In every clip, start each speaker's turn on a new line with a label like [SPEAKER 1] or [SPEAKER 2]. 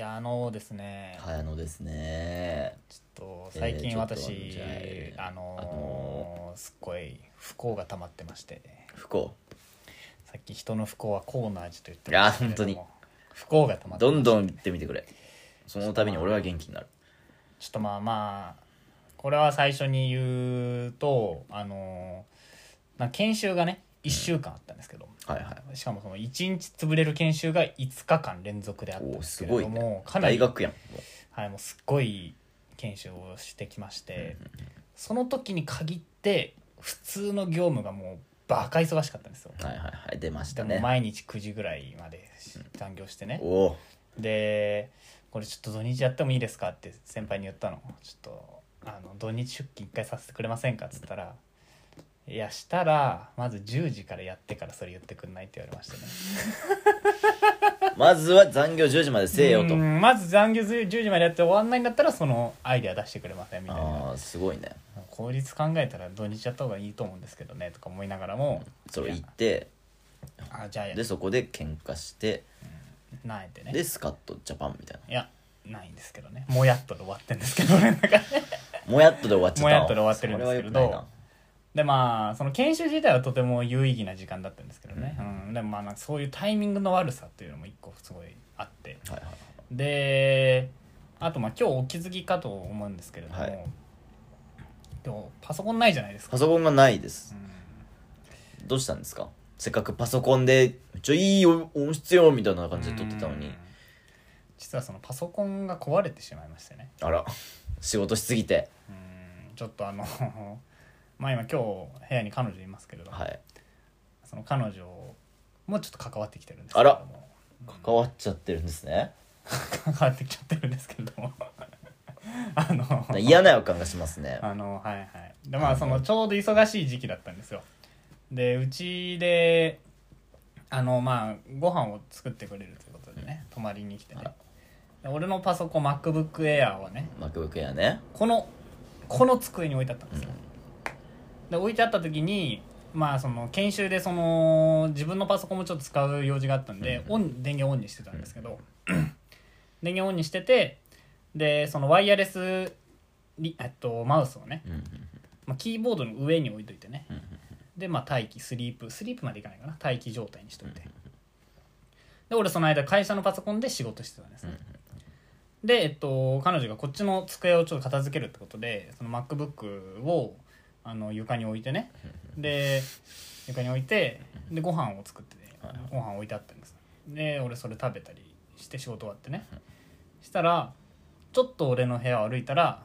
[SPEAKER 1] あのですね、
[SPEAKER 2] はい、あのですね。
[SPEAKER 1] ちょっと最近私、
[SPEAKER 2] えーちょっとじゃあ
[SPEAKER 1] あのー
[SPEAKER 2] あの
[SPEAKER 1] すっごい不幸が溜まってまして
[SPEAKER 2] 不幸。
[SPEAKER 1] さっき人の不幸はコーナージと言って
[SPEAKER 2] いや本当に
[SPEAKER 1] 不幸が溜まって
[SPEAKER 2] どんど
[SPEAKER 1] ん
[SPEAKER 2] ん言ってみてくれ。そのために俺は元気になる。
[SPEAKER 1] ちょっとまあまあこれは最初に言うとあのーなんか研修がね1週間あったんですけど、
[SPEAKER 2] はいはい。
[SPEAKER 1] しかもその1日潰れる研修が5日間連続であったん
[SPEAKER 2] おお、
[SPEAKER 1] です
[SPEAKER 2] す
[SPEAKER 1] け
[SPEAKER 2] ご
[SPEAKER 1] れ
[SPEAKER 2] い
[SPEAKER 1] ども、
[SPEAKER 2] ね。
[SPEAKER 1] かなり
[SPEAKER 2] 大学やん。も
[SPEAKER 1] はい、もうすっごい研修をしてきまして、その時に限って普通の業務がもうバカ忙しかったんですよ、
[SPEAKER 2] うはいはいはい。出まし
[SPEAKER 1] で
[SPEAKER 2] た
[SPEAKER 1] も
[SPEAKER 2] ね。
[SPEAKER 1] 毎日9時ぐらいまで残業してね、
[SPEAKER 2] おお。
[SPEAKER 1] でこれちょっと土日やってもいいですかって先輩に言ったのちょっとあの土日出勤一回させてくれませんかっつったらいやしたらまず10時からやってからそれ言ってくんないって言われましたね
[SPEAKER 2] まずは残業10時までせえよと
[SPEAKER 1] う。んまず残業10時までやって終わんないんだったらそのアイデア出してくれませんみたいな
[SPEAKER 2] ああ、すごいね。
[SPEAKER 1] 効率考えたら土日やった方がいいと思うんですけどねとか思いながらも
[SPEAKER 2] それ行って、
[SPEAKER 1] あじゃあや
[SPEAKER 2] で、そこで喧嘩して、
[SPEAKER 1] ないってね
[SPEAKER 2] で、スカッとジャパンみたい
[SPEAKER 1] いやないんですけどねもやっとで終わってんですけど俺の中で
[SPEAKER 2] な。もやっとで終わっちゃっ
[SPEAKER 1] も
[SPEAKER 2] たの。
[SPEAKER 1] やっとで終わってるんですけれど
[SPEAKER 2] それは良くないな
[SPEAKER 1] でまあその研修自体はとても有意義な時間だったんですけどね、うんでもまあなんかそういうタイミングの悪さっていうのも一個すごいあって
[SPEAKER 2] はいはい。
[SPEAKER 1] であとまあ今日お気づきかと思うんですけれども、
[SPEAKER 2] はい
[SPEAKER 1] 今日パソコンないじゃないですか、
[SPEAKER 2] パソコンがないです
[SPEAKER 1] う。ん
[SPEAKER 2] どうしたんですかせっかくパソコンで、めっちょいい音質よみたいな感じで撮ってたの
[SPEAKER 1] うん
[SPEAKER 2] に。
[SPEAKER 1] 実はそのパソコンが壊れてしまいましてね
[SPEAKER 2] あら、仕事しすぎて。
[SPEAKER 1] うんちょっとあの まあ今今日部屋に彼女いますけれど、
[SPEAKER 2] はい。
[SPEAKER 1] その彼女もちょっと関わってきてるんです
[SPEAKER 2] あら
[SPEAKER 1] も
[SPEAKER 2] 関わっちゃってるんですね。
[SPEAKER 1] 関わってきちゃってるんですけれども あの
[SPEAKER 2] 嫌な予感がしますね。
[SPEAKER 1] あのはいはいでまあそのちょうど忙しい時期だったんですよでうちであのまあご飯を作ってくれるということでね泊まりに来てね
[SPEAKER 2] あら
[SPEAKER 1] で俺のパソコン MacBookAir をね
[SPEAKER 2] MacBook Air ね。
[SPEAKER 1] このこの机に置いてあったんですよ、で置いてあった時にまあその研修でその自分のパソコンもちょっと使う用事があったんで、オン電源オンにしてたんですけど、 電源オンにしててでそのワイヤレスリえっとマウスをね、
[SPEAKER 2] うんうん
[SPEAKER 1] まあ、キーボードの上に置いといてね、
[SPEAKER 2] うんうん
[SPEAKER 1] でまあ待機スリープスリープまでいかないかな待機状態にしといて、で俺その間会社のパソコンで仕事してたんですね、で、えっと、彼女がこっちの机をちょっと片付けるってことでその MacBook をあの床に置いてねで床に置いてでご飯を作ってね
[SPEAKER 2] はいはい
[SPEAKER 1] ご飯置いてあったんですで俺それ食べたりして仕事終わってねしたらちょっと俺の部屋を歩いたら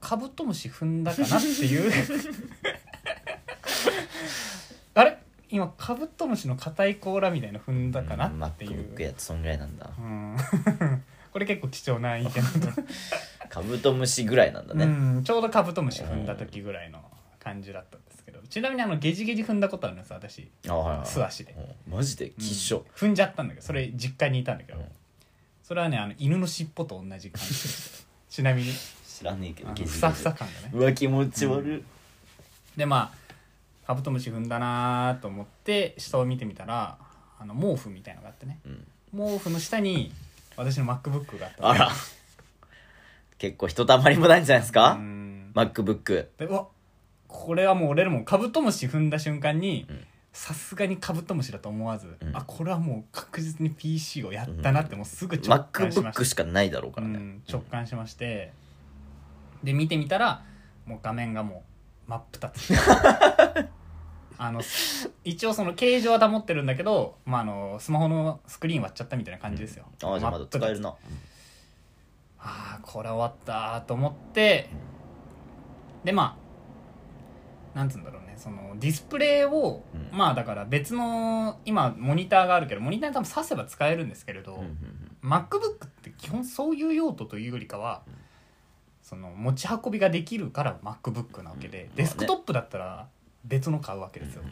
[SPEAKER 1] カブトムシ踏んだかなって いうあれ今カブトムシの硬い甲羅みたいなの踏んだかなっていう、
[SPEAKER 2] MacBook Air ってそんぐらいなんだ。
[SPEAKER 1] うん これ結構貴重な意見だと、
[SPEAKER 2] カブトムシぐらいなんだ
[SPEAKER 1] う
[SPEAKER 2] ね。
[SPEAKER 1] んちょうどカブトムシ踏んだ時ぐらいの感じだったんですけどちなみにあのゲジゲジ踏んだことあるんです私
[SPEAKER 2] あはいはい
[SPEAKER 1] 素足で、
[SPEAKER 2] うんマジで
[SPEAKER 1] うん
[SPEAKER 2] きっしょ。
[SPEAKER 1] 踏んじゃったんだけどそれ実家にいたんだけど、
[SPEAKER 2] うん
[SPEAKER 1] それはねあの犬の尻尾と同じ感じでしたちなみ に
[SPEAKER 2] 知らねえけ
[SPEAKER 1] あ
[SPEAKER 2] ど、
[SPEAKER 1] の
[SPEAKER 2] ゲジゲジ
[SPEAKER 1] ふさふさ感がね
[SPEAKER 2] うわ、気持ち悪い。
[SPEAKER 1] でまあカブトムシ踏んだなーと思って下を見てみたらあの毛布みたいのがあってね
[SPEAKER 2] うん
[SPEAKER 1] 毛布の下に私の MacBook があったの
[SPEAKER 2] あら。結構ひとたまりもないんじゃないですか
[SPEAKER 1] うん、
[SPEAKER 2] ?MacBook。
[SPEAKER 1] でうわこれはもう俺らもカブトムシ踏んだ瞬間に
[SPEAKER 2] うん
[SPEAKER 1] さすがにカブトムシだと思わず、
[SPEAKER 2] うん
[SPEAKER 1] あこれはもう確実に PC をやったなってもうすぐ直感しました、
[SPEAKER 2] MacBook しかないだろうから
[SPEAKER 1] う
[SPEAKER 2] ね
[SPEAKER 1] ん。直感しましてで見てみたらもう画面がもう真っ二つ あの一応その形状は保ってるんだけど、まあ、あのスマホのスクリーン割っちゃったみたいな感じですよ、
[SPEAKER 2] ああ、じゃあまだ使えるな。
[SPEAKER 1] ああこれ終わったと思ってでまあなんつうんだろうねそのディスプレイを、
[SPEAKER 2] うん
[SPEAKER 1] まあだから別の今モニターがあるけどモニターに多分挿せば使えるんですけれど、
[SPEAKER 2] うんうんうん。
[SPEAKER 1] MacBook って基本そういう用途というよりかは、その持ち運びができるから MacBook なわけで、
[SPEAKER 2] うん
[SPEAKER 1] デスクトップだったら別の買うわけですよ、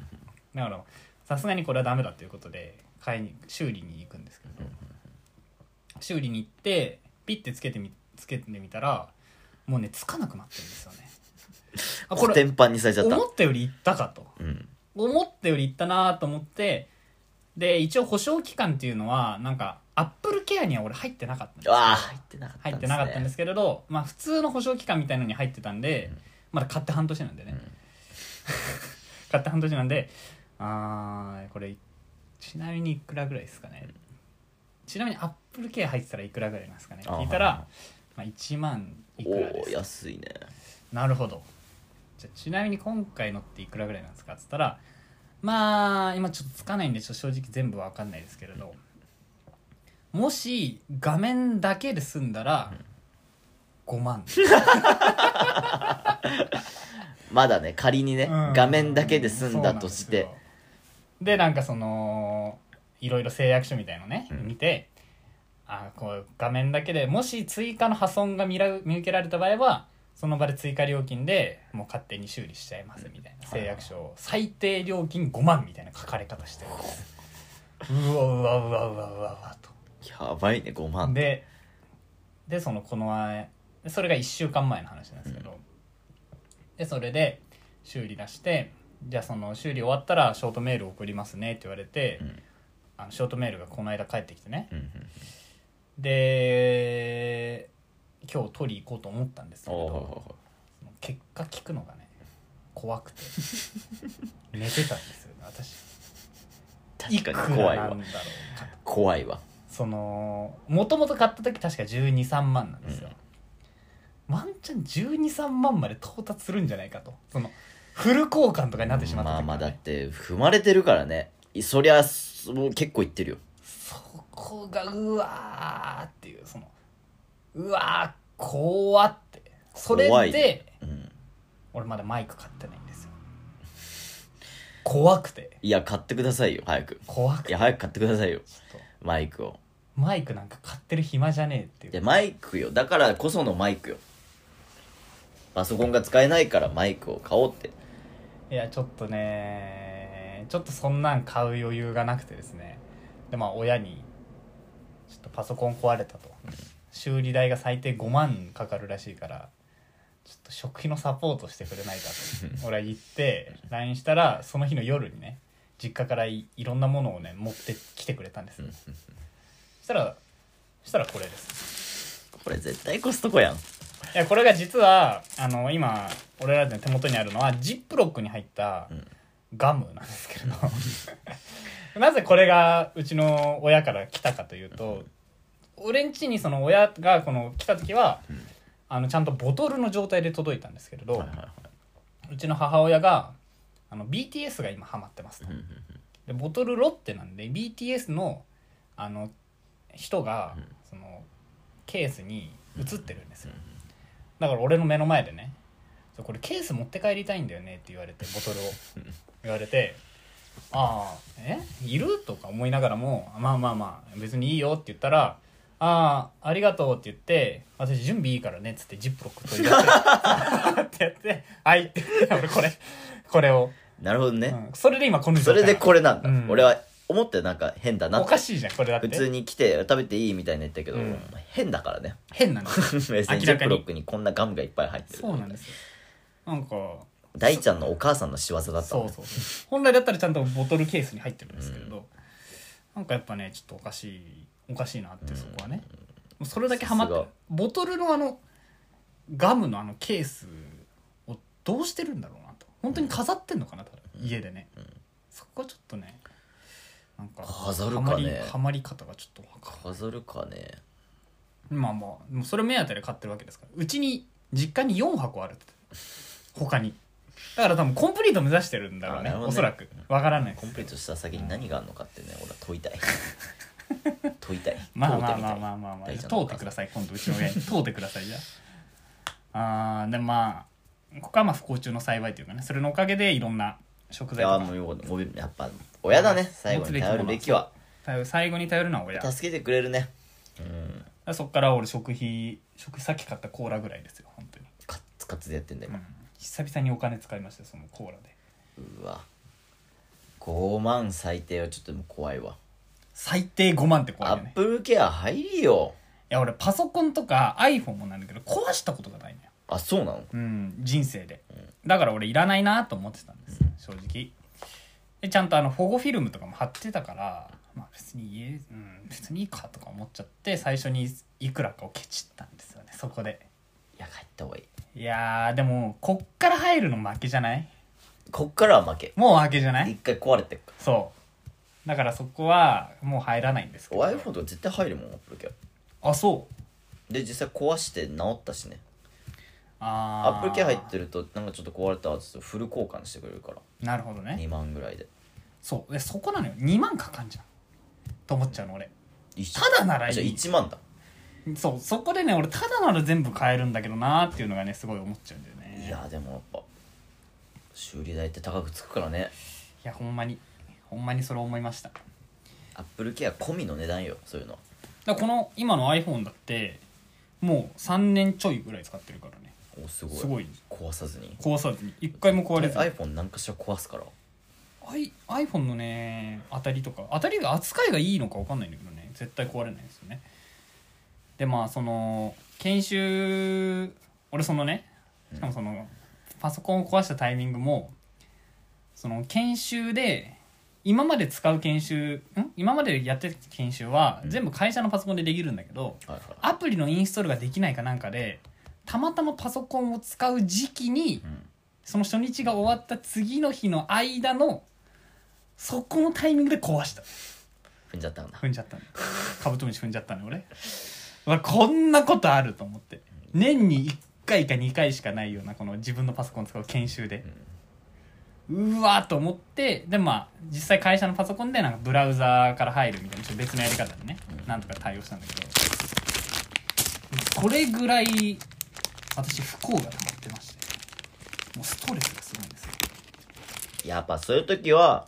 [SPEAKER 1] だからさすがにこれはダメだということで買いに修理に行くんですけど、
[SPEAKER 2] うんうん
[SPEAKER 1] 修理に行ってピッてつけてみつけてみたらもうねつかなくなってるんですよね あこ
[SPEAKER 2] コ
[SPEAKER 1] れ
[SPEAKER 2] テンパンにされちゃった
[SPEAKER 1] 思。ったよりいったかと
[SPEAKER 2] うん。
[SPEAKER 1] 思ったよりいったなと思ってで一応保証期間っていうのはなんかアップルケアには俺入ってなかったんですよ
[SPEAKER 2] ああ入ってなかった
[SPEAKER 1] 入ってなかったんですすけれど、まあ、普通の保証期間みたいのに入ってたんで、
[SPEAKER 2] うん
[SPEAKER 1] まだ買って半年なんでね、
[SPEAKER 2] うん
[SPEAKER 1] 買って半年なんであーこれちなみにいくらぐらいですかね、ちなみにアップルケア入ってたらいくらぐらいなんですかね
[SPEAKER 2] あー
[SPEAKER 1] 聞いた
[SPEAKER 2] はいは
[SPEAKER 1] ら、まあ、1万い
[SPEAKER 2] ね
[SPEAKER 1] くらで
[SPEAKER 2] おお
[SPEAKER 1] す
[SPEAKER 2] 安いね
[SPEAKER 1] なるほどじゃあちなみに今回のっていくらぐらいなんですかっつったらまあ今ちょっとつかないんでちょっと正直全部は分かんないですけれどもし画面だけで済んだら5万
[SPEAKER 2] まだね仮にね、
[SPEAKER 1] うん
[SPEAKER 2] 画面だけで済んだとし
[SPEAKER 1] そうな
[SPEAKER 2] て
[SPEAKER 1] んですよでなんかそのいろいろ誓約書みたいのね、
[SPEAKER 2] うん
[SPEAKER 1] 見てあこう画面だけでもし追加の破損が見ら見受けられた場合はその場で追加料金でもう勝手に修理しちゃいますみたいな
[SPEAKER 2] はい
[SPEAKER 1] 誓約書を最低料金5万みたいな書かれ方してるんですうわうわうわうわうわうわと
[SPEAKER 2] やばいね5万
[SPEAKER 1] ででそのこの前それが1週間前の話なんですけど、でそれで修理出してじゃあその修理終わったらショートメール送りますねって言われて、
[SPEAKER 2] うん
[SPEAKER 1] あのショートメールがこの間返ってきてね
[SPEAKER 2] うんうん
[SPEAKER 1] で今日取り行こうと思ったんですけ
[SPEAKER 2] お
[SPEAKER 1] れ
[SPEAKER 2] お
[SPEAKER 1] ど
[SPEAKER 2] お
[SPEAKER 1] その結果聞くのがね怖くて 寝てたんですよね私
[SPEAKER 2] 確
[SPEAKER 1] いく
[SPEAKER 2] からに怖い
[SPEAKER 1] なんだ
[SPEAKER 2] わ
[SPEAKER 1] ろうか
[SPEAKER 2] 怖いわ
[SPEAKER 1] そのもともと買った時確か1 2 3万なんですよ、ワンチャン1 2 3万まで到達するんじゃないかとそのフル交換とかになってしまった時
[SPEAKER 2] ま
[SPEAKER 1] に
[SPEAKER 2] あ
[SPEAKER 1] ね
[SPEAKER 2] まあだって踏まれてるからねいそりゃそもう結構いってるよ
[SPEAKER 1] そこがうわーっていうそのうわー怖ってそれ
[SPEAKER 2] 怖い
[SPEAKER 1] で
[SPEAKER 2] うん
[SPEAKER 1] 俺まだマイク買ってないんですよ怖くて
[SPEAKER 2] いや買ってくださいよ早く
[SPEAKER 1] 怖く
[SPEAKER 2] い
[SPEAKER 1] て
[SPEAKER 2] や早く買ってくださいよ
[SPEAKER 1] ちょっ
[SPEAKER 2] マイクを
[SPEAKER 1] とマイクなんか買ってる暇じゃねえって
[SPEAKER 2] で
[SPEAKER 1] いう
[SPEAKER 2] マイクよだからこそのマイクよパソコンが使えないからマイクを買おうって
[SPEAKER 1] いやちょっとねちょっとそんなん買う余裕がなくてですねでまあ親に「ちょっとパソコン壊れたと」修理代が最低5万かかるらしいからちょっと食費のサポートしてくれないか と俺は言って LINE したらその日の夜にね実家からいいろんなものをね持ってきてくれたんですよ
[SPEAKER 2] うん
[SPEAKER 1] そしたらそしたらこれです
[SPEAKER 2] これ絶対コストコやん
[SPEAKER 1] いやこれが実はあの今俺らの手元にあるのはジップロックに入った、
[SPEAKER 2] うん
[SPEAKER 1] ガムなんですけれど なぜこれがうちの親から来たかというと、俺ん家にその親がこの来た時は、
[SPEAKER 2] うん
[SPEAKER 1] あのちゃんとボトルの状態で届いたんですけれど、
[SPEAKER 2] はいはいは
[SPEAKER 1] うちの母親があの BTS が今ハマってますと
[SPEAKER 2] いうんうん
[SPEAKER 1] でボトルロッテなんで BTS のあの人が、
[SPEAKER 2] うん
[SPEAKER 1] そのケースに写ってるんですよ、だから俺の目の前でね「そうこれケース持って帰りたいんだよね」って言われてボトル を
[SPEAKER 2] うん
[SPEAKER 1] 言われて「ああえいる?」とか思いながらも「まあまあまあ別にいいよ」って言ったら「ああありがとう」って言って「私準備いいからね」っつってジップロック取り出して ってやって「はい」 って言って俺これこれを、
[SPEAKER 2] うんなるほど
[SPEAKER 1] う
[SPEAKER 2] ね
[SPEAKER 1] ん、それで今この
[SPEAKER 2] それでこれなんだ
[SPEAKER 1] うん
[SPEAKER 2] 俺は思ってなんか変だな
[SPEAKER 1] お
[SPEAKER 2] っ
[SPEAKER 1] か
[SPEAKER 2] て
[SPEAKER 1] しいじゃんこれだって
[SPEAKER 2] 普通に来て食べていいみたいな言ったけど
[SPEAKER 1] うん
[SPEAKER 2] 変だからね
[SPEAKER 1] 変なんですよ
[SPEAKER 2] 別にジ
[SPEAKER 1] 明らか
[SPEAKER 2] ップ
[SPEAKER 1] に
[SPEAKER 2] ロックにこんなガムがいっぱい入ってる
[SPEAKER 1] そうなんですよなんか
[SPEAKER 2] 大ちゃんのお母さんの仕業だった
[SPEAKER 1] そ
[SPEAKER 2] もん
[SPEAKER 1] う
[SPEAKER 2] ね
[SPEAKER 1] そうそう本来だったらちゃんとボトルケースに入ってるんですけれど、なんかやっぱねちょっとおかしいおかしいなってそこはね、それだけハマって
[SPEAKER 2] さ
[SPEAKER 1] る
[SPEAKER 2] すが
[SPEAKER 1] ボトルのあのガムのあのケースをどうしてるんだろうなと本当に飾ってんのかなただ家でね、そこはちょっとねなんか
[SPEAKER 2] 飾るかね
[SPEAKER 1] ハマりハマり方がちょっとわか
[SPEAKER 2] 飾るかね
[SPEAKER 1] るまあまあでもそれ目当てで買ってるわけですからうちに実家に4箱あるって他にだから多分コンプリート目指してるんだろうね
[SPEAKER 2] あなるほどね
[SPEAKER 1] おそらくわからないです
[SPEAKER 2] コンプリートした先に何があるのかってね俺は問 いたい問いたい
[SPEAKER 1] まあまあ
[SPEAKER 2] 問うてみ
[SPEAKER 1] ま
[SPEAKER 2] た
[SPEAKER 1] あ
[SPEAKER 2] い
[SPEAKER 1] まあまあまあ
[SPEAKER 2] 大ちゃん
[SPEAKER 1] 通ってください今度うちの 親に通ってくださいじゃああーでもまあここはまあ不幸中の幸いというかねそれのおかげでいろんな食
[SPEAKER 2] い
[SPEAKER 1] 材
[SPEAKER 2] や
[SPEAKER 1] と
[SPEAKER 2] も
[SPEAKER 1] か
[SPEAKER 2] うよごめんやっぱ親だね最後
[SPEAKER 1] 持つべ
[SPEAKER 2] に
[SPEAKER 1] きもの
[SPEAKER 2] 頼るべきは
[SPEAKER 1] 頼最後に頼るのは親だか
[SPEAKER 2] 助けてくれるねうん
[SPEAKER 1] らそっから俺食費食費さっき買ったコーラぐらいですよ本当に、
[SPEAKER 2] カッツカツでやってんだ
[SPEAKER 1] う
[SPEAKER 2] 今
[SPEAKER 1] ん、久々にお金使いましたよそのコーラで
[SPEAKER 2] うわ5万最低はちょっともう怖いわ
[SPEAKER 1] 最低5万って怖い
[SPEAKER 2] ア
[SPEAKER 1] よ
[SPEAKER 2] ッ
[SPEAKER 1] ね
[SPEAKER 2] プルケア入りよ
[SPEAKER 1] いや俺パソコンとか iPhone もなんだけど壊したことがないのよ
[SPEAKER 2] あそうなの
[SPEAKER 1] うん人生でだから俺いらないなと思ってたんです正直でちゃんとあの保護フィルムとかも貼ってたからまあ別に家、うん、別にいいかとか思っちゃって最初にいくらかをケチったんですよねそこで
[SPEAKER 2] いや帰った方がいい
[SPEAKER 1] いやーでもこっから入るの負けじゃない
[SPEAKER 2] こっからは負け
[SPEAKER 1] もう負けじゃない
[SPEAKER 2] 一回壊れてるか
[SPEAKER 1] そうだからそこはもう入らないんですけど
[SPEAKER 2] iPhone とか絶対入るもんアップルケア
[SPEAKER 1] あそう
[SPEAKER 2] で実際壊して治ったしねア
[SPEAKER 1] あ
[SPEAKER 2] ップルケア入って
[SPEAKER 1] る
[SPEAKER 2] るとなんかちょっと壊れたらちょっとフル交換してくれるから
[SPEAKER 1] なるほどね
[SPEAKER 2] 2万ぐらいで
[SPEAKER 1] そうでそこなのよ2万かかんじゃんと思っちゃうの俺
[SPEAKER 2] 一緒
[SPEAKER 1] ただならい
[SPEAKER 2] あ
[SPEAKER 1] い
[SPEAKER 2] じゃあ1万だ
[SPEAKER 1] そうそこでね俺ただなら全部買えるんだけどなーっていうのがねすごい思っちゃうんだよね
[SPEAKER 2] いやでもやっぱ修理代って高くつくからね
[SPEAKER 1] いやほんまにほんまにそれ思いましただか
[SPEAKER 2] アップルケア込みの値段よそういうのは
[SPEAKER 1] らこの今の iPhone だってもう3年ちょいぐらい使ってるからね
[SPEAKER 2] おすごい
[SPEAKER 1] すごい
[SPEAKER 2] 壊さずに
[SPEAKER 1] 壊さずに一回も壊れずに
[SPEAKER 2] iPhone 何かしら壊すから
[SPEAKER 1] アイ iPhone のね当たりとか当たりが扱いがいいのか分かんないんだけどね絶対壊れないんですよねでまあその研修俺そのねしかもそのパソコンを壊したタイミングもその研修で今まで使う研修ん今までやってた研修は
[SPEAKER 2] うん
[SPEAKER 1] 全部会社のパソコンでできるんだけど
[SPEAKER 2] はいはい
[SPEAKER 1] アプリのインストールができないかなんかでたまたまパソコンを使う時期に
[SPEAKER 2] うん
[SPEAKER 1] その初日が終わった次の日の間のそこのタイミングで壊した
[SPEAKER 2] 踏んじゃったんだ
[SPEAKER 1] 踏んじゃったのカブトムシ踏んじゃったの俺うわこんなことあると思って年に1回か2回しかないようなこの自分のパソコン使う研修でうわーと思ってでまあ実際会社のパソコンでなんかブラウザーから入るみたいなちょっと別のやり方でね
[SPEAKER 2] うん
[SPEAKER 1] なんとか対応したんだけどこれぐらい私不幸が溜まってましてもうストレスがすごいんですよ
[SPEAKER 2] やっぱそういう時は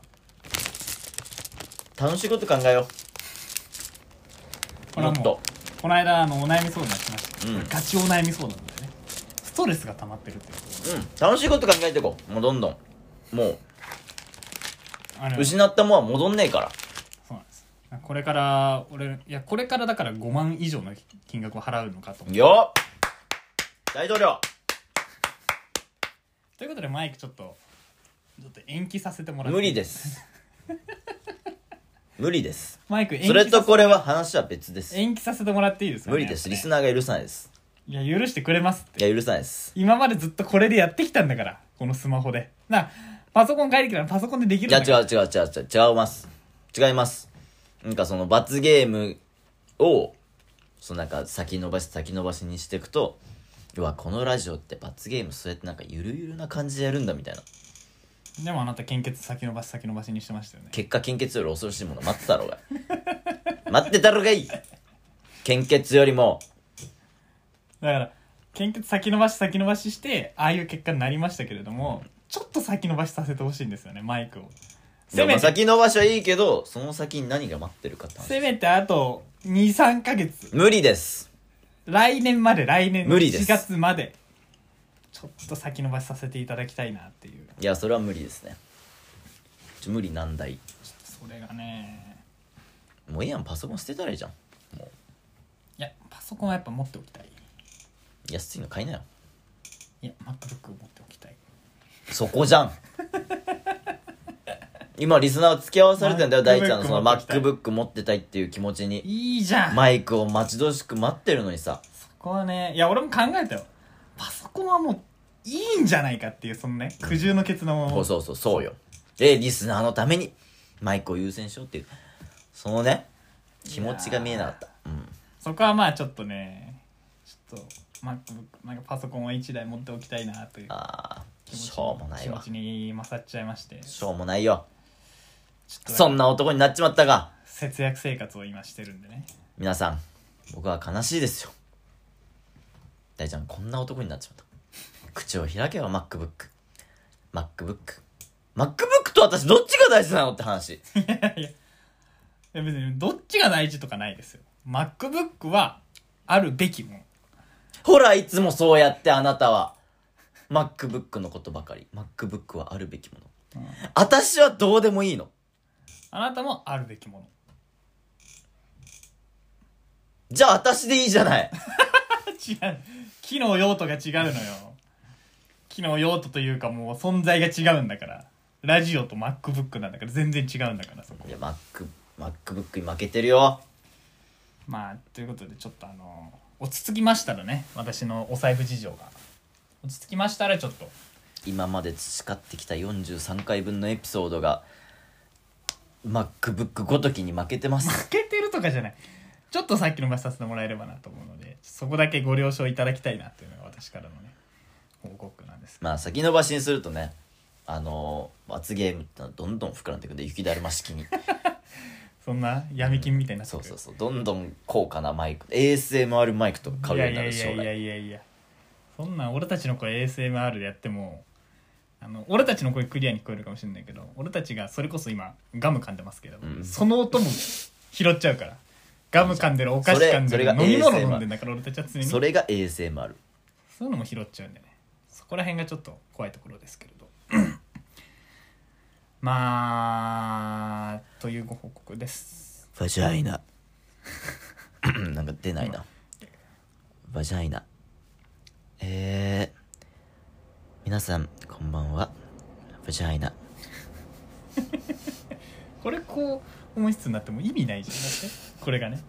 [SPEAKER 2] 楽しいこと考えよう
[SPEAKER 1] これ
[SPEAKER 2] も
[SPEAKER 1] は
[SPEAKER 2] っ
[SPEAKER 1] もう
[SPEAKER 2] と
[SPEAKER 1] この間あのお悩み相談しました、
[SPEAKER 2] うん
[SPEAKER 1] ガチお悩み相談なんでねストレスが溜まってるっていうこ
[SPEAKER 2] うん楽しいこと考えていこうもうどんどんも
[SPEAKER 1] とあの
[SPEAKER 2] う
[SPEAKER 1] そう
[SPEAKER 2] 失ったもんは戻んねえから
[SPEAKER 1] なんですこれから俺いやこれからだから5万以上の金額を払うのかと思って
[SPEAKER 2] よっ大統領
[SPEAKER 1] ということでマイクちょっとちょっと延期させてもらって
[SPEAKER 2] 無理です 無理です
[SPEAKER 1] マイク延期
[SPEAKER 2] それとこれは話は別です
[SPEAKER 1] 延期させてもらっていいですか、ね、
[SPEAKER 2] 無理ですリス
[SPEAKER 1] い
[SPEAKER 2] ナーが許さないです
[SPEAKER 1] や許してくれますって
[SPEAKER 2] いや許さないです
[SPEAKER 1] 今までずっとこれでやってきたんだからこのスマホでなパソコン帰りきたらパソコンでできるん
[SPEAKER 2] いや
[SPEAKER 1] だから
[SPEAKER 2] 違う違う違う違う違います違いますなんかその罰ゲームをそのなんか先延ばし先延ばしにしていくと要はこのラジオって罰ゲームそうやってなんかゆるゆるな感じでやるんだみたいな
[SPEAKER 1] でもあなた献血先延ばし先延ばしにしてましたよね
[SPEAKER 2] 結果献血より恐ろしいもの待ってたろうが 待ってたろうがいい献血よりも
[SPEAKER 1] だから献血先延ばし先延ばししてああいう結果になりましたけれどもちょっと先延ばしさせてほしいんですよねマイクをせ
[SPEAKER 2] で
[SPEAKER 1] め
[SPEAKER 2] も
[SPEAKER 1] て
[SPEAKER 2] 先延ばしはいいけどその先に何が待ってるかって話
[SPEAKER 1] せめてあと23ヶ月
[SPEAKER 2] 無理です
[SPEAKER 1] 来年まで来年
[SPEAKER 2] 無理です
[SPEAKER 1] 4月までちょっと先延ばしさせていただきたいなっていう
[SPEAKER 2] いやそれは無理ですねちょ無理難題
[SPEAKER 1] それがね
[SPEAKER 2] もういいやんパソコン捨てたらいいじゃんも
[SPEAKER 1] いやパソコンはやっぱ持っておきたいう
[SPEAKER 2] 安いの買いなよ
[SPEAKER 1] いや MacBook を持っておきたい
[SPEAKER 2] そこじゃん今リスナーは付き合わされてんだよ
[SPEAKER 1] MacBook
[SPEAKER 2] 大ちゃんのその
[SPEAKER 1] 持ってきたい
[SPEAKER 2] MacBook 持ってたいっていう気持ちに
[SPEAKER 1] いいじゃん、
[SPEAKER 2] マイクを待ち遠しく待ってるのにさ
[SPEAKER 1] そこはねいや俺も考えたよパソコンはもういいんじゃないかっていうそのね苦渋の決断
[SPEAKER 2] そう
[SPEAKER 1] を
[SPEAKER 2] そうそうそうよでリスナーのためにマイクを優先しようっていうそのね気持ちが見えなかったうん
[SPEAKER 1] そこはまあちょっとねちょっと MacBook なんかパソコンは1台持っておきたいなという
[SPEAKER 2] あー
[SPEAKER 1] 気持ち
[SPEAKER 2] しょうもない
[SPEAKER 1] 気持
[SPEAKER 2] わ
[SPEAKER 1] ちに勝っちゃいまして
[SPEAKER 2] しょうもないよ
[SPEAKER 1] ちょっ
[SPEAKER 2] そ
[SPEAKER 1] と
[SPEAKER 2] んな男になっちまったが
[SPEAKER 1] 節約生活を今してるんでね
[SPEAKER 2] 皆さん僕は悲しいですよ大ちゃんこんな男になっちまった口を開けば MacBookMacBookMacBook と私どっちが大事なのって話
[SPEAKER 1] いや別にどっちが大事とかないですよ MacBook はあるべきもの
[SPEAKER 2] ほらいつもそうやってあなたは MacBook のことばかり MacBook はあるべきもの、
[SPEAKER 1] うん
[SPEAKER 2] 私はどうでもいいの
[SPEAKER 1] あなたもあるべきもの
[SPEAKER 2] じゃあ私でいいじゃない
[SPEAKER 1] 違う機能用途が違うのよ機能用途というかもう存在が違うんだからラジオと MacBook なんだから全然違うんだからそこ
[SPEAKER 2] いや MacBook MacBook に負けてるよ
[SPEAKER 1] まあということでちょっとあの落ち着きましたらね私のお財布事情が落ち着きましたらちょっと
[SPEAKER 2] 今まで培ってきた43回分のエピソードが MacBook ごときに負けてます
[SPEAKER 1] 負けてるとかじゃないちょっとさっきの話させてもらえればなと思うのでそこだけご了承いただきたいなっていうのが私からのね報告なんですけど
[SPEAKER 2] まあ先延ばしにするとねあのー罰ゲームってのはどんどん膨らんでいくんで雪だるま式 に
[SPEAKER 1] そんな闇金みたいになって
[SPEAKER 2] そ
[SPEAKER 1] く
[SPEAKER 2] う
[SPEAKER 1] る
[SPEAKER 2] そうそうどんどん高価なマイク ASMR マイクとか買う
[SPEAKER 1] い
[SPEAKER 2] よ
[SPEAKER 1] や
[SPEAKER 2] うに
[SPEAKER 1] い
[SPEAKER 2] な
[SPEAKER 1] や
[SPEAKER 2] る
[SPEAKER 1] い
[SPEAKER 2] 将
[SPEAKER 1] やいやい
[SPEAKER 2] 来
[SPEAKER 1] やいやそんなん俺たちの声 ASMR でやってもあの俺たちの声クリアに聞こえるかもしれないけど俺たちがそれこそ今ガム噛んでますけど、
[SPEAKER 2] うん
[SPEAKER 1] その音も拾っちゃうからガム噛んでるお菓子
[SPEAKER 2] それ
[SPEAKER 1] 噛んでる
[SPEAKER 2] それが
[SPEAKER 1] 飲み物
[SPEAKER 2] ASMR
[SPEAKER 1] 飲んでんだから俺たちは常に
[SPEAKER 2] それが ASMR
[SPEAKER 1] そういうのも拾っちゃうんでねそこら辺がちょっと怖いところですけれど まあというご報告です
[SPEAKER 2] バジャイナ なんか出ないなバジャイナえー、皆さんこんばんはバジャイナ
[SPEAKER 1] これこう音質になっても意味ないじゃんだってこれがね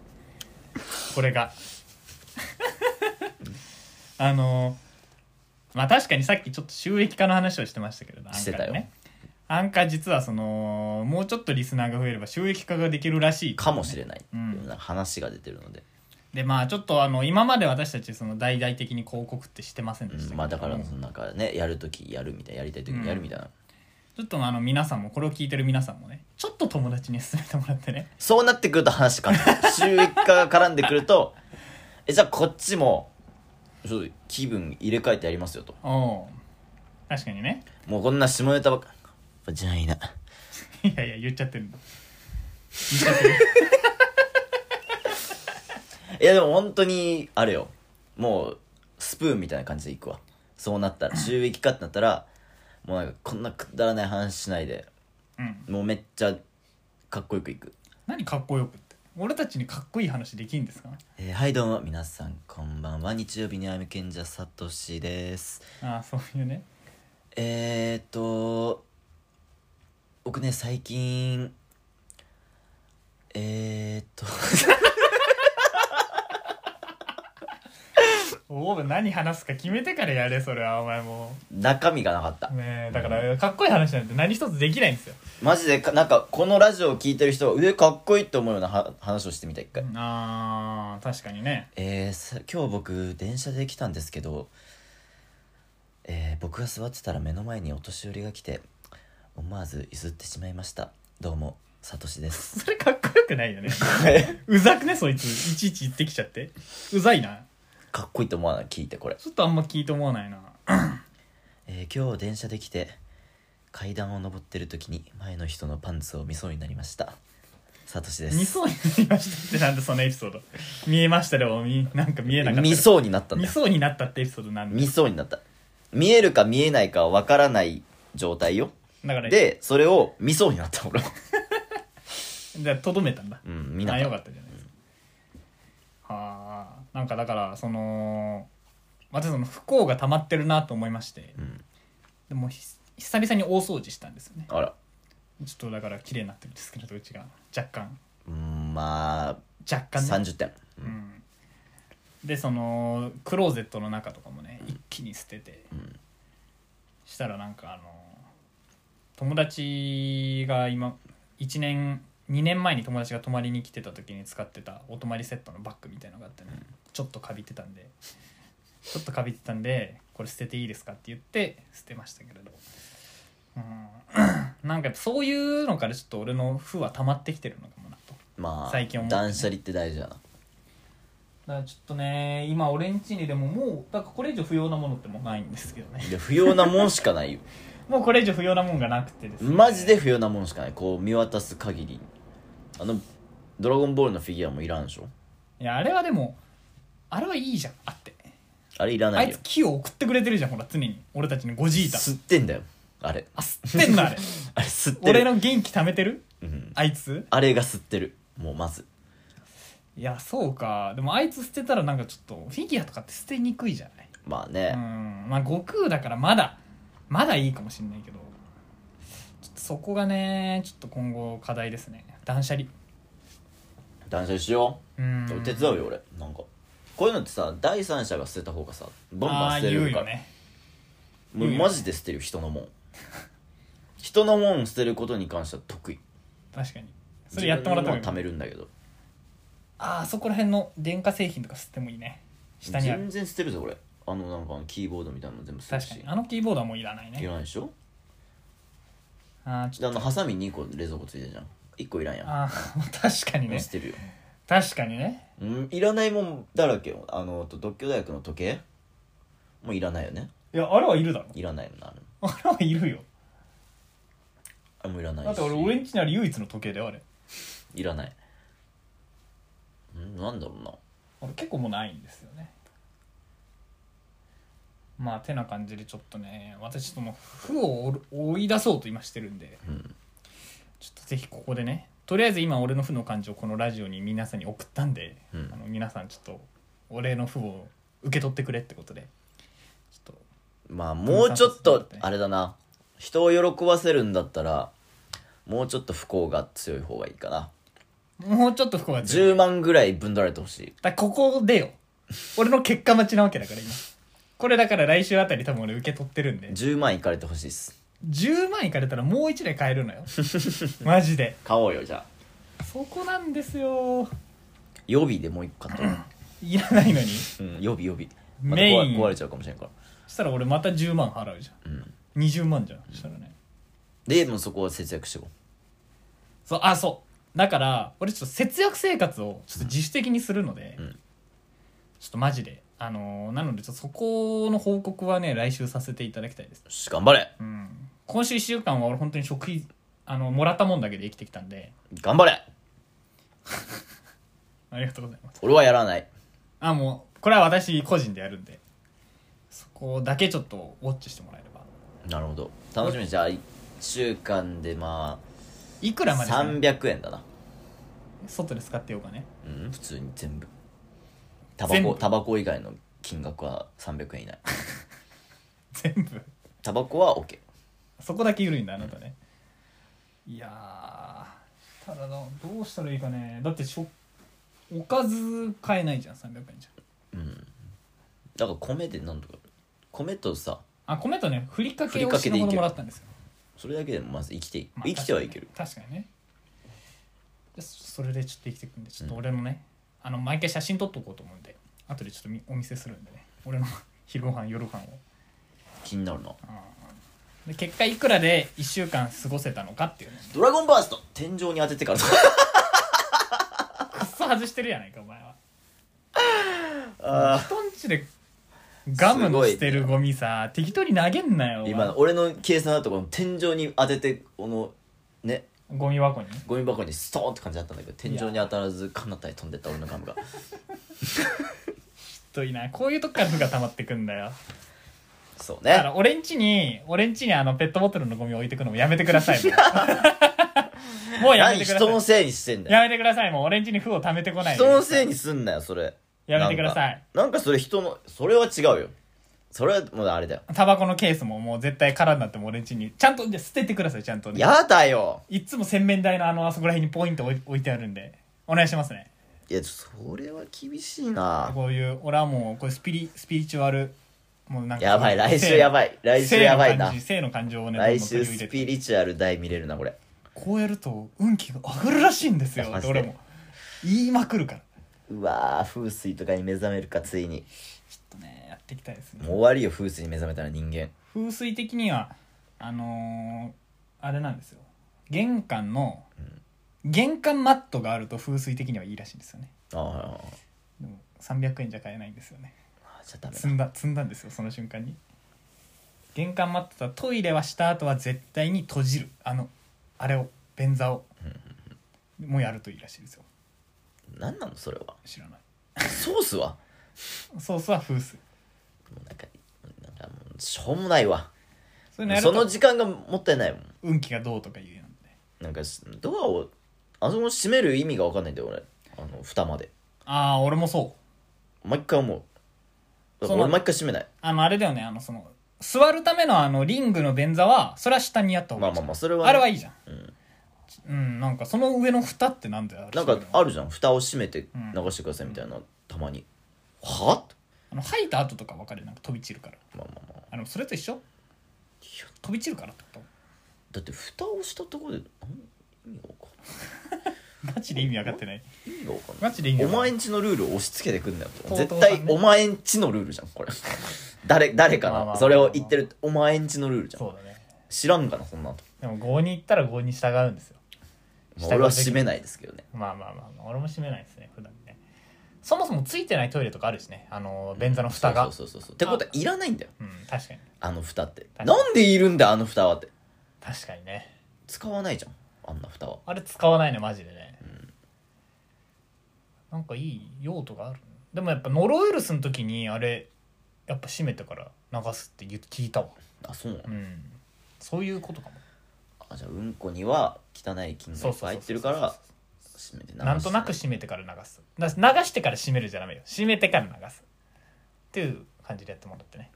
[SPEAKER 1] これが あのまあ確かにさっきちょっと収益化の話をしてましたけれどアンカー
[SPEAKER 2] してたよ
[SPEAKER 1] でねアンカー実はそのもうちょっとリスナーが増えれば収益化ができるらしい
[SPEAKER 2] かもしれない、
[SPEAKER 1] うん
[SPEAKER 2] なんか話が出てるので、
[SPEAKER 1] でまあちょっとあの今まで私たちその大々的に広告ってしてませんで
[SPEAKER 2] う
[SPEAKER 1] したけど
[SPEAKER 2] ん、まあだからそのなんかねやるときやるみたいなやりたいときにやるみたいな、
[SPEAKER 1] ちょっとあの皆さんもこれを聞いてる皆さんもねちょっと友達に勧めてもらってね
[SPEAKER 2] そうなってくると話か収益化が絡んでくると えじゃあこっちもちょっと気分入れ替えてやりますよと
[SPEAKER 1] おう確かにね
[SPEAKER 2] もうこんな下ネタばっかバジャイ ナ
[SPEAKER 1] いやいや言っちゃってる言っちゃってる
[SPEAKER 2] いやでも本当にあれよもうスプーンみたいな感じでいくわそうなったら収益化ってなったらもうなんかこんなくだらない話しないで
[SPEAKER 1] うん
[SPEAKER 2] もうめっちゃかっこよくいく、
[SPEAKER 1] 何かっこよくって俺たちにかっこいい話できんですか
[SPEAKER 2] えーはいどうも皆さんこんばんは日曜日にあみ賢者さとしです
[SPEAKER 1] ああそういうね
[SPEAKER 2] えー、っと僕ね最近えー、っと
[SPEAKER 1] おお何話すか決めてからやれそれはお前も
[SPEAKER 2] 中身がなかった
[SPEAKER 1] うねえだからかっこいい話なんて何一つできないんですよ
[SPEAKER 2] マジでかなんかこのラジオを聞いてる人は上かっこいいって思うようなは話をしてみた一回
[SPEAKER 1] あー確かにね
[SPEAKER 2] えーさ今日僕電車で来たんですけど、えー僕が座ってたら目の前にお年寄りが来て思わず譲ってしまいましたどうもさとしです
[SPEAKER 1] それかっこよくないよ ねうざくねそいついちいち言ってきちゃってうざいな
[SPEAKER 2] かっこいいと思わない聞いてこれ、
[SPEAKER 1] ちょっとあんま聞いて思わないな
[SPEAKER 2] えー今日電車で来て階段を上ってる時に前の人のパンツを見そうになりましたさとしです
[SPEAKER 1] 見そうになりましたってなんでそのエピソード見えましたでもみなんか見えなかった
[SPEAKER 2] 見そうになったんだ
[SPEAKER 1] 見
[SPEAKER 2] よ
[SPEAKER 1] そうになったってエピソードなんで
[SPEAKER 2] 見そうになった見えるか見えないかわからない状態よ
[SPEAKER 1] だから
[SPEAKER 2] でそれを見そうになった 俺は
[SPEAKER 1] じゃあとどめたんだ
[SPEAKER 2] うん見な
[SPEAKER 1] あ
[SPEAKER 2] か
[SPEAKER 1] よ
[SPEAKER 2] った
[SPEAKER 1] かったじゃないですか、はあなんかだからその私その不幸が溜まってるなと思いまして
[SPEAKER 2] うん、
[SPEAKER 1] でもひ久々に大掃除したんですよね
[SPEAKER 2] あら
[SPEAKER 1] ちょっとだから綺麗になってるんですけどうちが若干
[SPEAKER 2] うんまあ
[SPEAKER 1] 若干ね
[SPEAKER 2] 30点
[SPEAKER 1] うんでそのクローゼットの中とかもね、一気に捨てて、
[SPEAKER 2] ん
[SPEAKER 1] したらなんかあの友達が今1年2年前に友達が泊まりに来てた時に使ってたお泊まりセットのバッグみたいのがあってね、ちょっとかびてたんでちょっとかびてたんでこれ捨てていいですかって言って捨てましたけれど、うん、なん かやっぱそういうのからちょっと俺の負は溜まってきてるのかもなと
[SPEAKER 2] まあ
[SPEAKER 1] 最近思ってね
[SPEAKER 2] 断捨離って大事だな
[SPEAKER 1] だからちょっとね今俺んちにでももうだからこれ以上不要なものってもうないんですけどね
[SPEAKER 2] いや不要なもんしかないよ
[SPEAKER 1] もうこれ以上不要なもんがなくてですね
[SPEAKER 2] マジで不要なもんしかないこう見渡す限りあの「ドラゴンボール」のフィギュアもいらんでしょ
[SPEAKER 1] いやあれはでもあれはいいじゃんあって
[SPEAKER 2] あれいら
[SPEAKER 1] あ
[SPEAKER 2] ない
[SPEAKER 1] い
[SPEAKER 2] よ
[SPEAKER 1] つ木を送ってくれてるじゃんほら常に俺たちにゴジータ
[SPEAKER 2] 吸ってんだよあれ
[SPEAKER 1] あ吸ってんの あれ
[SPEAKER 2] あれ吸ってる
[SPEAKER 1] 俺の元気貯めてる
[SPEAKER 2] うん、
[SPEAKER 1] あいつ
[SPEAKER 2] あれが吸ってるもうまず
[SPEAKER 1] いやそうかでもあいつ捨てたらなんかちょっとフィギュアとかって捨てにくいじゃない
[SPEAKER 2] まあ
[SPEAKER 1] う
[SPEAKER 2] ね、
[SPEAKER 1] んまあ悟空だからまだまだいいかもしれないけどちょっとそこがねちょっと今後課題ですね断捨離
[SPEAKER 2] 断捨離しよ
[SPEAKER 1] うん
[SPEAKER 2] う手伝うよ俺なんかこういうのってさ第三者が捨てた方がさバンバ
[SPEAKER 1] あ
[SPEAKER 2] ン
[SPEAKER 1] ー
[SPEAKER 2] 捨てれ
[SPEAKER 1] 言う
[SPEAKER 2] るか
[SPEAKER 1] よ
[SPEAKER 2] ら、
[SPEAKER 1] ね
[SPEAKER 2] もうマジで捨てるよ人のもん 人のもん捨てることに関しては得意
[SPEAKER 1] 確かにそれやってもらった
[SPEAKER 2] 自
[SPEAKER 1] 方がいい
[SPEAKER 2] 分のもん貯めるんだけど
[SPEAKER 1] あーそこら辺の電化製品とか吸ってもいいね下にある
[SPEAKER 2] 全然捨てるぞ俺あのなんかあのキーボードみたいなの全部捨てる
[SPEAKER 1] 確
[SPEAKER 2] し
[SPEAKER 1] かにあのキーボードはもういらない
[SPEAKER 2] い
[SPEAKER 1] ね
[SPEAKER 2] らないでしょ
[SPEAKER 1] あーちょ
[SPEAKER 2] であのハサミ2個冷蔵庫ついてるじゃん1個いらんやん
[SPEAKER 1] あー確かにね
[SPEAKER 2] 捨てるよ、
[SPEAKER 1] 確かにね
[SPEAKER 2] うん、いらないもんだらけよあのと独協大学の時計もういらないよね
[SPEAKER 1] いやあれはいるだろ
[SPEAKER 2] いらないよなあれ
[SPEAKER 1] あれはいるよ
[SPEAKER 2] あれもいらないし
[SPEAKER 1] だって俺俺んちにある唯一の時計だよあれ
[SPEAKER 2] いらないうんなんだろうな
[SPEAKER 1] 俺結構もうないんですよねまあてな感じでちょっとね私ちょっともう負を追る追い出そうと今してるんで、
[SPEAKER 2] うん
[SPEAKER 1] ちょっとぜひここでねとりあえず今俺の負の感じをこのラジオに皆さんに送ったんで、
[SPEAKER 2] うん
[SPEAKER 1] あの皆さんちょっと俺の負を受け取ってくれってことでちょっと
[SPEAKER 2] まあもうちょっ
[SPEAKER 1] 分散さ
[SPEAKER 2] と
[SPEAKER 1] せてね
[SPEAKER 2] あれだな人を喜ばせるんだったらもうちょっと不幸が強い方がいいかな
[SPEAKER 1] もうちょっと不幸が強い
[SPEAKER 2] 10万ぐらいぶんどられてほしい
[SPEAKER 1] だからここでよ俺の結果待ちなわけだから今これだから来週あたり多分俺受け取ってるんで
[SPEAKER 2] 10万いかれてほしいっす
[SPEAKER 1] 10万いかれたらもう1台買えるの よマジで
[SPEAKER 2] 買おうよじゃあ
[SPEAKER 1] そこなんですよ
[SPEAKER 2] 予備でもう一個買ったら
[SPEAKER 1] いらないのに
[SPEAKER 2] うん予備予備また
[SPEAKER 1] メイン
[SPEAKER 2] 壊壊れちゃうかもしれんから
[SPEAKER 1] そしたら俺また10万払うじゃん、20万じゃんそしたらね
[SPEAKER 2] でもうそこは節約していこ
[SPEAKER 1] そうあそうだから俺ちょっと節約生活をちょっと自主的にするので、
[SPEAKER 2] うん
[SPEAKER 1] ちょっとマジであのーなのでちょっとそこの報告はね来週させていただきたいです
[SPEAKER 2] うよし頑張れ
[SPEAKER 1] うん今週1週間は俺本当に食費あのもらったもんだけで生きてきたんで
[SPEAKER 2] 頑張れ
[SPEAKER 1] ありがとうございます
[SPEAKER 2] 俺はやらない
[SPEAKER 1] あもうこれは私個人でやるんでそこだけちょっとウォッチしてもらえれば
[SPEAKER 2] なるほど楽しみにじゃあ1週間でま
[SPEAKER 1] いく
[SPEAKER 2] あ
[SPEAKER 1] らまでかな
[SPEAKER 2] 300円だな
[SPEAKER 1] 外で使ってようかね
[SPEAKER 2] うん普通に全部タバ
[SPEAKER 1] 全
[SPEAKER 2] コ
[SPEAKER 1] 部
[SPEAKER 2] タバコ以外の金額は300円以内
[SPEAKER 1] 全部
[SPEAKER 2] タバコは OK
[SPEAKER 1] そこだけ緩いんだあなたね、いやーただなどうしたらいいかねだってしょおかず買えないじゃん300円じ
[SPEAKER 2] だから米でなんとか米とさ
[SPEAKER 1] ゃんあ米とねふりか
[SPEAKER 2] ふ
[SPEAKER 1] け
[SPEAKER 2] り
[SPEAKER 1] を
[SPEAKER 2] かけ
[SPEAKER 1] 死ぬ
[SPEAKER 2] でいけ
[SPEAKER 1] ほども
[SPEAKER 2] る
[SPEAKER 1] らったんですよ、
[SPEAKER 2] それだけでもまず生きてい
[SPEAKER 1] まあ
[SPEAKER 2] 生きてはいける
[SPEAKER 1] 確かにねでそそれでちょっと生きていくんでちょっと俺のね、あの毎回写真撮っとこうと思うんで後でちょっとみお見せするんでね俺の 昼ご飯夜ご飯を
[SPEAKER 2] 気になるな
[SPEAKER 1] で結果いくらで1週間過ごせたのかっていうね
[SPEAKER 2] ドラゴンバースト天井に当ててから
[SPEAKER 1] くっそ外してるやないかお前は
[SPEAKER 2] あ
[SPEAKER 1] 人んちでガムの捨てるゴミさ適当に投げんなよお前
[SPEAKER 2] 今の俺の計算だとこの天井に当ててこのね
[SPEAKER 1] ゴミ箱に
[SPEAKER 2] ゴミ箱にストーンって感じだったんだけど天井に当たらず彼方へ飛んでった俺の ガムが
[SPEAKER 1] ひどいなこういうとこから負が溜まってくんだよ
[SPEAKER 2] そう
[SPEAKER 1] だか
[SPEAKER 2] ね
[SPEAKER 1] ら俺んちに俺んちにあのペットボトルのゴミ置いてくのもやめてくださいも うもうやめ
[SPEAKER 2] 何
[SPEAKER 1] てくだ
[SPEAKER 2] 人
[SPEAKER 1] さ
[SPEAKER 2] の
[SPEAKER 1] い
[SPEAKER 2] せいにしてんだよ
[SPEAKER 1] やめてくださいもう俺んちに負を溜めてこないで
[SPEAKER 2] 人のせいにすんなよそれ
[SPEAKER 1] やめてください
[SPEAKER 2] なんかなんかそれ人のそれは違うよそれはもうあれだよ
[SPEAKER 1] タバコのケースももう絶対空になっても俺んちにちゃんとじゃあ捨ててくださいちゃんとね
[SPEAKER 2] やだよ
[SPEAKER 1] いつも洗面台のあのあそこら辺にポイント置い置いてあるんでお願いしますね
[SPEAKER 2] いやそれは厳しいな
[SPEAKER 1] こういう俺はもうこういうスピリスピリチュアルもうなんか
[SPEAKER 2] やばい来週やばい来週やばいな
[SPEAKER 1] 性の感情をね
[SPEAKER 2] 来
[SPEAKER 1] どん
[SPEAKER 2] 週
[SPEAKER 1] どん取り入
[SPEAKER 2] ス
[SPEAKER 1] れて
[SPEAKER 2] ピリチュアル大見れるなこれ
[SPEAKER 1] こうやると運気が上がるらしいんですよ
[SPEAKER 2] いやマジで
[SPEAKER 1] 俺も言いまくるから
[SPEAKER 2] うわー風水とかに目覚めるかついに
[SPEAKER 1] ちょっとねやっていきたいです
[SPEAKER 2] もう
[SPEAKER 1] ね
[SPEAKER 2] 終わりよ風水に目覚めたら人間
[SPEAKER 1] 風水的にはあのーあれなんですよ玄関の、玄関マットがあると風水的にはいいらしいんですよね
[SPEAKER 2] ああ
[SPEAKER 1] でも300円じゃ買えないんですよね
[SPEAKER 2] あじゃダメ
[SPEAKER 1] 積んだ積んだんですよその瞬間に玄関待ってたらトイレはした後は絶対に閉じるあのあれを便座をもうやるといいらしいですよ
[SPEAKER 2] だなんなのそれは
[SPEAKER 1] 知らない
[SPEAKER 2] ソースは
[SPEAKER 1] ソースは風水
[SPEAKER 2] もうなんかなんかもうしょうもないわ
[SPEAKER 1] そういうのやる
[SPEAKER 2] その
[SPEAKER 1] と
[SPEAKER 2] 時間がもったいないもん
[SPEAKER 1] 運気がどうとか言うなんで
[SPEAKER 2] なんかしドアをあそこ閉める意味が分かんないんだよ俺あの蓋まで
[SPEAKER 1] ああ俺もそう
[SPEAKER 2] 毎回思うだか
[SPEAKER 1] そ
[SPEAKER 2] ら
[SPEAKER 1] うな
[SPEAKER 2] 俺
[SPEAKER 1] の
[SPEAKER 2] 毎回閉めない
[SPEAKER 1] あのあれだよねあのその座るためのあのリングの便座はそれは下にやった方
[SPEAKER 2] ま
[SPEAKER 1] がい
[SPEAKER 2] あ
[SPEAKER 1] いじゃ
[SPEAKER 2] まあ
[SPEAKER 1] ん
[SPEAKER 2] まあそれはね、
[SPEAKER 1] あれはいいじゃん、うんなんかその上の蓋ってなんだよ
[SPEAKER 2] なん
[SPEAKER 1] そう
[SPEAKER 2] か
[SPEAKER 1] いうの
[SPEAKER 2] あるじゃん蓋を閉めて
[SPEAKER 1] うん
[SPEAKER 2] 流してくださいみたいな、たまには
[SPEAKER 1] あの吐いた後とか分かるよなんか飛び散るから
[SPEAKER 2] まあまあまあ
[SPEAKER 1] あのそれと一緒飛び散るからってこ
[SPEAKER 2] だって蓋をしたところでなん意味がわかんない
[SPEAKER 1] とガチで意味分かってない
[SPEAKER 2] 意味がわかんない
[SPEAKER 1] ガチで意味
[SPEAKER 2] お
[SPEAKER 1] 分かんな
[SPEAKER 2] 前
[SPEAKER 1] い
[SPEAKER 2] んちのルールを押し付けてくんだよ
[SPEAKER 1] とうとう
[SPEAKER 2] 絶
[SPEAKER 1] さ
[SPEAKER 2] 対
[SPEAKER 1] んね
[SPEAKER 2] お前んちのルールじゃんこれ 誰誰か
[SPEAKER 1] まあまあまあま
[SPEAKER 2] な
[SPEAKER 1] あ
[SPEAKER 2] それを言ってるお前んちのルールじゃん
[SPEAKER 1] そうだね
[SPEAKER 2] 知らんかなそんなの
[SPEAKER 1] でも合に行ったら合に従うんですよ
[SPEAKER 2] まあ俺は閉めないですけどね
[SPEAKER 1] まあまあまあまあ俺も閉めないですね普段ねそもそもついてないトイレとかあるしねあの便座の蓋が
[SPEAKER 2] そうそうそうそうってことはいらないんだよ
[SPEAKER 1] うん確かに
[SPEAKER 2] あの蓋って
[SPEAKER 1] 確かに
[SPEAKER 2] なんでいるんだよあの蓋はって
[SPEAKER 1] 確かにね
[SPEAKER 2] 使わないじゃんあんな蓋は
[SPEAKER 1] あれ使わないねマジでね、なんかいい用途があるでもやっぱノロウイルスの時にあれやっぱ閉めてから流すって言う聞いたわ
[SPEAKER 2] あそうなの
[SPEAKER 1] うんそういうことかも
[SPEAKER 2] あじゃあうんこには汚い菌がいっぱい入ってるから閉めて流して
[SPEAKER 1] なんとなく閉めてから流すだ流してから閉めるじゃダメよ閉めてから流すっていう感じでやってもらってね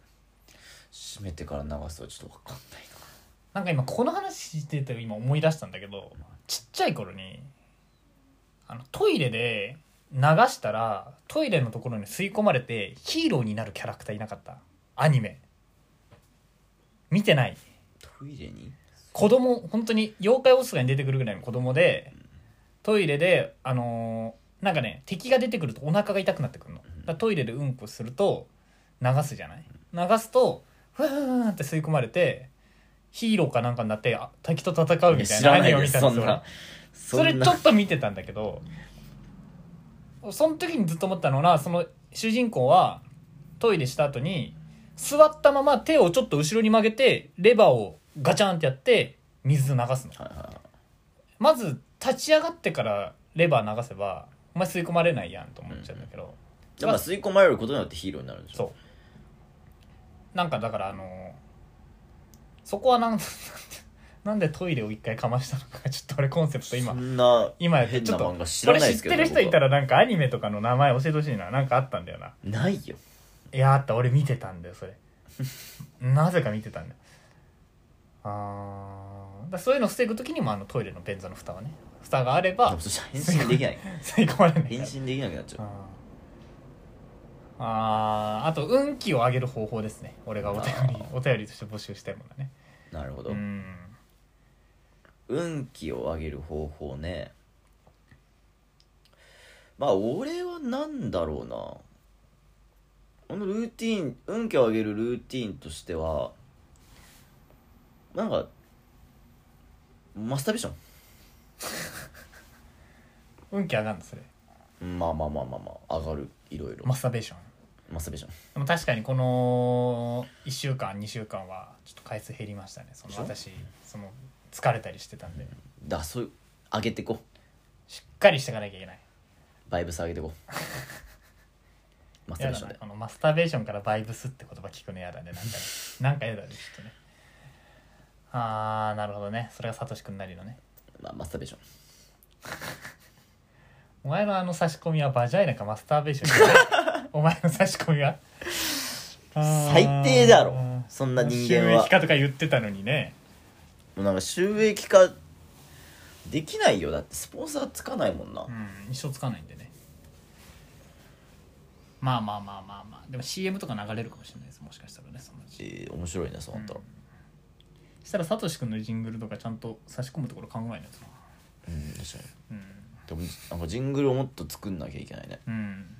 [SPEAKER 2] 閉めてから流すはちょっとわかんないな
[SPEAKER 1] なんか今この話してて今思い出したんだけどちっちゃい頃にあのトイレで流したらトイレのところに吸い込まれてヒーローになるキャラクターいなかったアニメ見てない
[SPEAKER 2] トイレに
[SPEAKER 1] 子供本当に妖怪オスがに出てくるぐらいの子供でトイレであのーなんかね敵が出てくるとお腹が痛くなってくるのだからトイレでうんこすると流すじゃない流すとふわーんって吸い込まれてヒーローかなんかになってあ敵と戦うみたい
[SPEAKER 2] 知
[SPEAKER 1] な
[SPEAKER 2] らない
[SPEAKER 1] を
[SPEAKER 2] よ
[SPEAKER 1] 見た
[SPEAKER 2] そ
[SPEAKER 1] ん
[SPEAKER 2] ん
[SPEAKER 1] ですよ
[SPEAKER 2] な
[SPEAKER 1] それ
[SPEAKER 2] ん
[SPEAKER 1] ち
[SPEAKER 2] な
[SPEAKER 1] ょっと見てたんだけどその時にずっと思ったのはその主人公はトイレした後に座ったまま手をちょっと後ろに曲げてレバーをガチャンってやって水流すの
[SPEAKER 2] はいはいはい
[SPEAKER 1] まず立ち上がってからレバー流せばお前吸い込まれないやんと思っちゃうんだけど、
[SPEAKER 2] でまあ吸い込まれることによってヒーローになるんでしょ
[SPEAKER 1] そうなんかだからあのそこはなん なんでトイレを一回かましたのかちょっと俺コンセプト今
[SPEAKER 2] そんな
[SPEAKER 1] 今やって
[SPEAKER 2] 変
[SPEAKER 1] ちょ
[SPEAKER 2] な
[SPEAKER 1] っと
[SPEAKER 2] 漫画知
[SPEAKER 1] こ
[SPEAKER 2] ら
[SPEAKER 1] れ
[SPEAKER 2] ない
[SPEAKER 1] 知
[SPEAKER 2] で
[SPEAKER 1] っ
[SPEAKER 2] すけど
[SPEAKER 1] てる人いた
[SPEAKER 2] ら
[SPEAKER 1] らなんかアニメとかの名前教えてほしいななんかあったんだよな
[SPEAKER 2] ないよ
[SPEAKER 1] いやあった俺見てたんだよそれ なぜか見てたんだよあーだからそういうのを防ぐ時にもあのトイレの便座の蓋はね蓋があれ
[SPEAKER 2] で
[SPEAKER 1] ば
[SPEAKER 2] もそしたら変身で きない
[SPEAKER 1] 吸い込まれないから
[SPEAKER 2] 変身できなくなっちゃう
[SPEAKER 1] あーあと運気を上げる方法ですね俺がお便りお便りとして募集したいものだね
[SPEAKER 2] なるほど、
[SPEAKER 1] うん
[SPEAKER 2] 運気を上げる方法ねまあ俺は何だろうなこのルーティン運気を上げるルーティンとしてはなんかマスターベーショ
[SPEAKER 1] 運気上がるのそれ
[SPEAKER 2] ンまあまあまあまあまあ上がるいろいろ
[SPEAKER 1] マスターベーション
[SPEAKER 2] マスターベーション
[SPEAKER 1] でも確かにこの1週間2週間はちょっと回数減りましたねその
[SPEAKER 2] でしょ
[SPEAKER 1] 私その疲れたりしてたんで
[SPEAKER 2] だそういう上げてこ
[SPEAKER 1] しっかりしていかなきゃいけないう
[SPEAKER 2] バイブス上げてこうマスター
[SPEAKER 1] や
[SPEAKER 2] ベ
[SPEAKER 1] だ
[SPEAKER 2] ーション
[SPEAKER 1] な
[SPEAKER 2] で
[SPEAKER 1] このマスターベーションからバイブスって言葉聞くのやだねなんかねなんかやだねちょっとねああなるほどねそれがサトシ君なりのね
[SPEAKER 2] まあマスターベーション
[SPEAKER 1] お前のあの差し込みはバジャイナかマスターベーションか お前の差し込みは
[SPEAKER 2] 最低だろそんな人間は
[SPEAKER 1] 収益化とか言ってたのにね
[SPEAKER 2] もうなんか収益化できないよだってスポンサーつかないもんな、
[SPEAKER 1] うん一生つかないんでねまあまあまあまあまあでも CM とか流れるかもしれないですもしかしたらねそのうち
[SPEAKER 2] えー面白いねそうなったら、
[SPEAKER 1] そしたらサトシ君のジングルとかちゃんと差し込むところ考えないとな
[SPEAKER 2] うん確か
[SPEAKER 1] うん
[SPEAKER 2] にでもなんかジングルをもっと作んなきゃいけないね
[SPEAKER 1] うん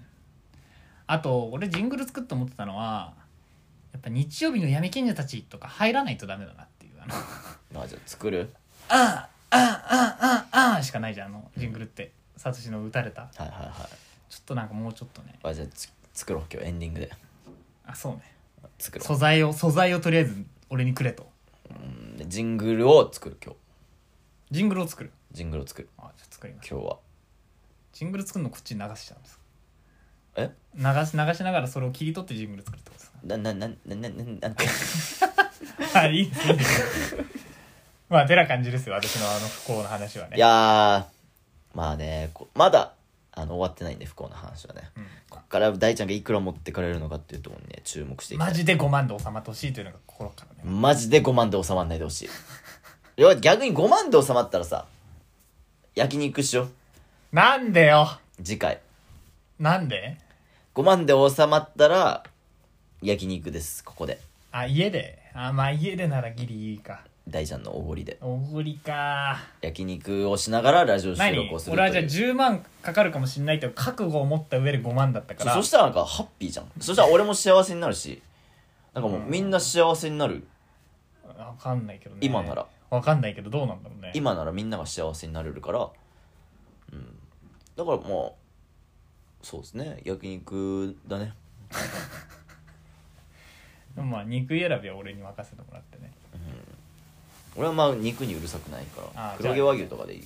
[SPEAKER 1] あと俺ジングル作って思ってたのはやっぱ日曜日の闇賢者たちとか入らないとダメだなっていうあの
[SPEAKER 2] まあじゃあ作る
[SPEAKER 1] あーあーあーあーあーしかないじゃんあのジングルってサトシの打たれた
[SPEAKER 2] はいはいはい、
[SPEAKER 1] ちょっとなんかもうちょっとね
[SPEAKER 2] まあ、じゃあつ作ろう今日エンディングで
[SPEAKER 1] あそうね
[SPEAKER 2] 作ろ
[SPEAKER 1] 素材を素材をとりあえず俺にくれと
[SPEAKER 2] ううんでジングルを作る今日
[SPEAKER 1] ジングルを作る
[SPEAKER 2] ジングルを作る
[SPEAKER 1] あじゃあ作ります
[SPEAKER 2] 今日は
[SPEAKER 1] ジングル作るのこっちに流しちゃうんですか
[SPEAKER 2] え
[SPEAKER 1] 流し流しながらそれを切り取ってジングル作るってことです
[SPEAKER 2] ななななななな んて
[SPEAKER 1] かはいい いですねまあてな感じですよ私のあの不幸な話はいね
[SPEAKER 2] やーまあねこまだあの終わってないんで不幸な話はね、
[SPEAKER 1] うん
[SPEAKER 2] こっから大ちゃんがいくら持ってかれるのかっていうところにね注目していきたい
[SPEAKER 1] マジで5万で収まってほしいというのが心からね
[SPEAKER 2] マジで5万で収まんないでほしい。いや逆に5万で収まったらさ、焼肉しよう
[SPEAKER 1] なんでよ
[SPEAKER 2] 次回
[SPEAKER 1] なんで
[SPEAKER 2] 5万で収まったら焼肉ですここで
[SPEAKER 1] あ家であまあ家でならギリいいか
[SPEAKER 2] 大ちゃんのおごりで
[SPEAKER 1] おごりか
[SPEAKER 2] 焼肉をしながらラジオ収
[SPEAKER 1] 何
[SPEAKER 2] 録をする
[SPEAKER 1] 俺はじゃあ
[SPEAKER 2] とい
[SPEAKER 1] 10
[SPEAKER 2] う
[SPEAKER 1] 万かかるかもしんないって覚悟を持った上で5万だったか
[SPEAKER 2] そ
[SPEAKER 1] ら
[SPEAKER 2] そしたらなんかハッピーじゃんそしたら俺も幸せになるしなんかもうみんな幸せになる
[SPEAKER 1] わかんないけどね
[SPEAKER 2] 今なら
[SPEAKER 1] わかんないけどどうなんだろうね
[SPEAKER 2] 今ならみんなが幸せになれるから、うん、だからもうそうですね焼肉だね
[SPEAKER 1] でもまあ肉選びは俺に任せてもらってね
[SPEAKER 2] 俺はまあ肉にうるさくないか
[SPEAKER 1] あ
[SPEAKER 2] ら
[SPEAKER 1] じゃあ
[SPEAKER 2] 黒毛和牛とかでいいよ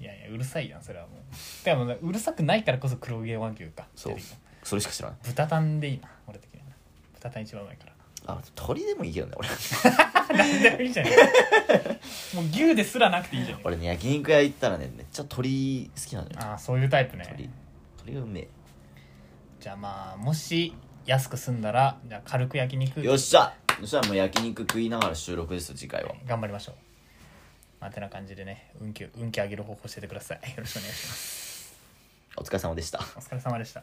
[SPEAKER 1] いやいやうるさいやんそれはもうでもねうるさくないからこそ黒毛和牛か
[SPEAKER 2] そう
[SPEAKER 1] 出てきた
[SPEAKER 2] それしか知らない
[SPEAKER 1] 豚タンでいいな俺的にはな豚タン一番うまいから
[SPEAKER 2] あ鳥でもいいけどね俺
[SPEAKER 1] でもいいじゃんもう牛ですらなくていいじゃん
[SPEAKER 2] 俺ね焼肉屋行ったらねめっちゃ鳥好きなのよ
[SPEAKER 1] ああそういうタイプ
[SPEAKER 2] 鳥
[SPEAKER 1] ね
[SPEAKER 2] 鳥がうめえ
[SPEAKER 1] じゃあまあもし安く済んだらじゃあ軽く焼肉
[SPEAKER 2] よっしゃそしたらもう焼肉食いながら収録ですよ次回は
[SPEAKER 1] 頑張りましょうまあてな感じでね運気を運気上げる方法教えてくださいよろしくお願いします
[SPEAKER 2] お疲れ様でした
[SPEAKER 1] お疲れ様でした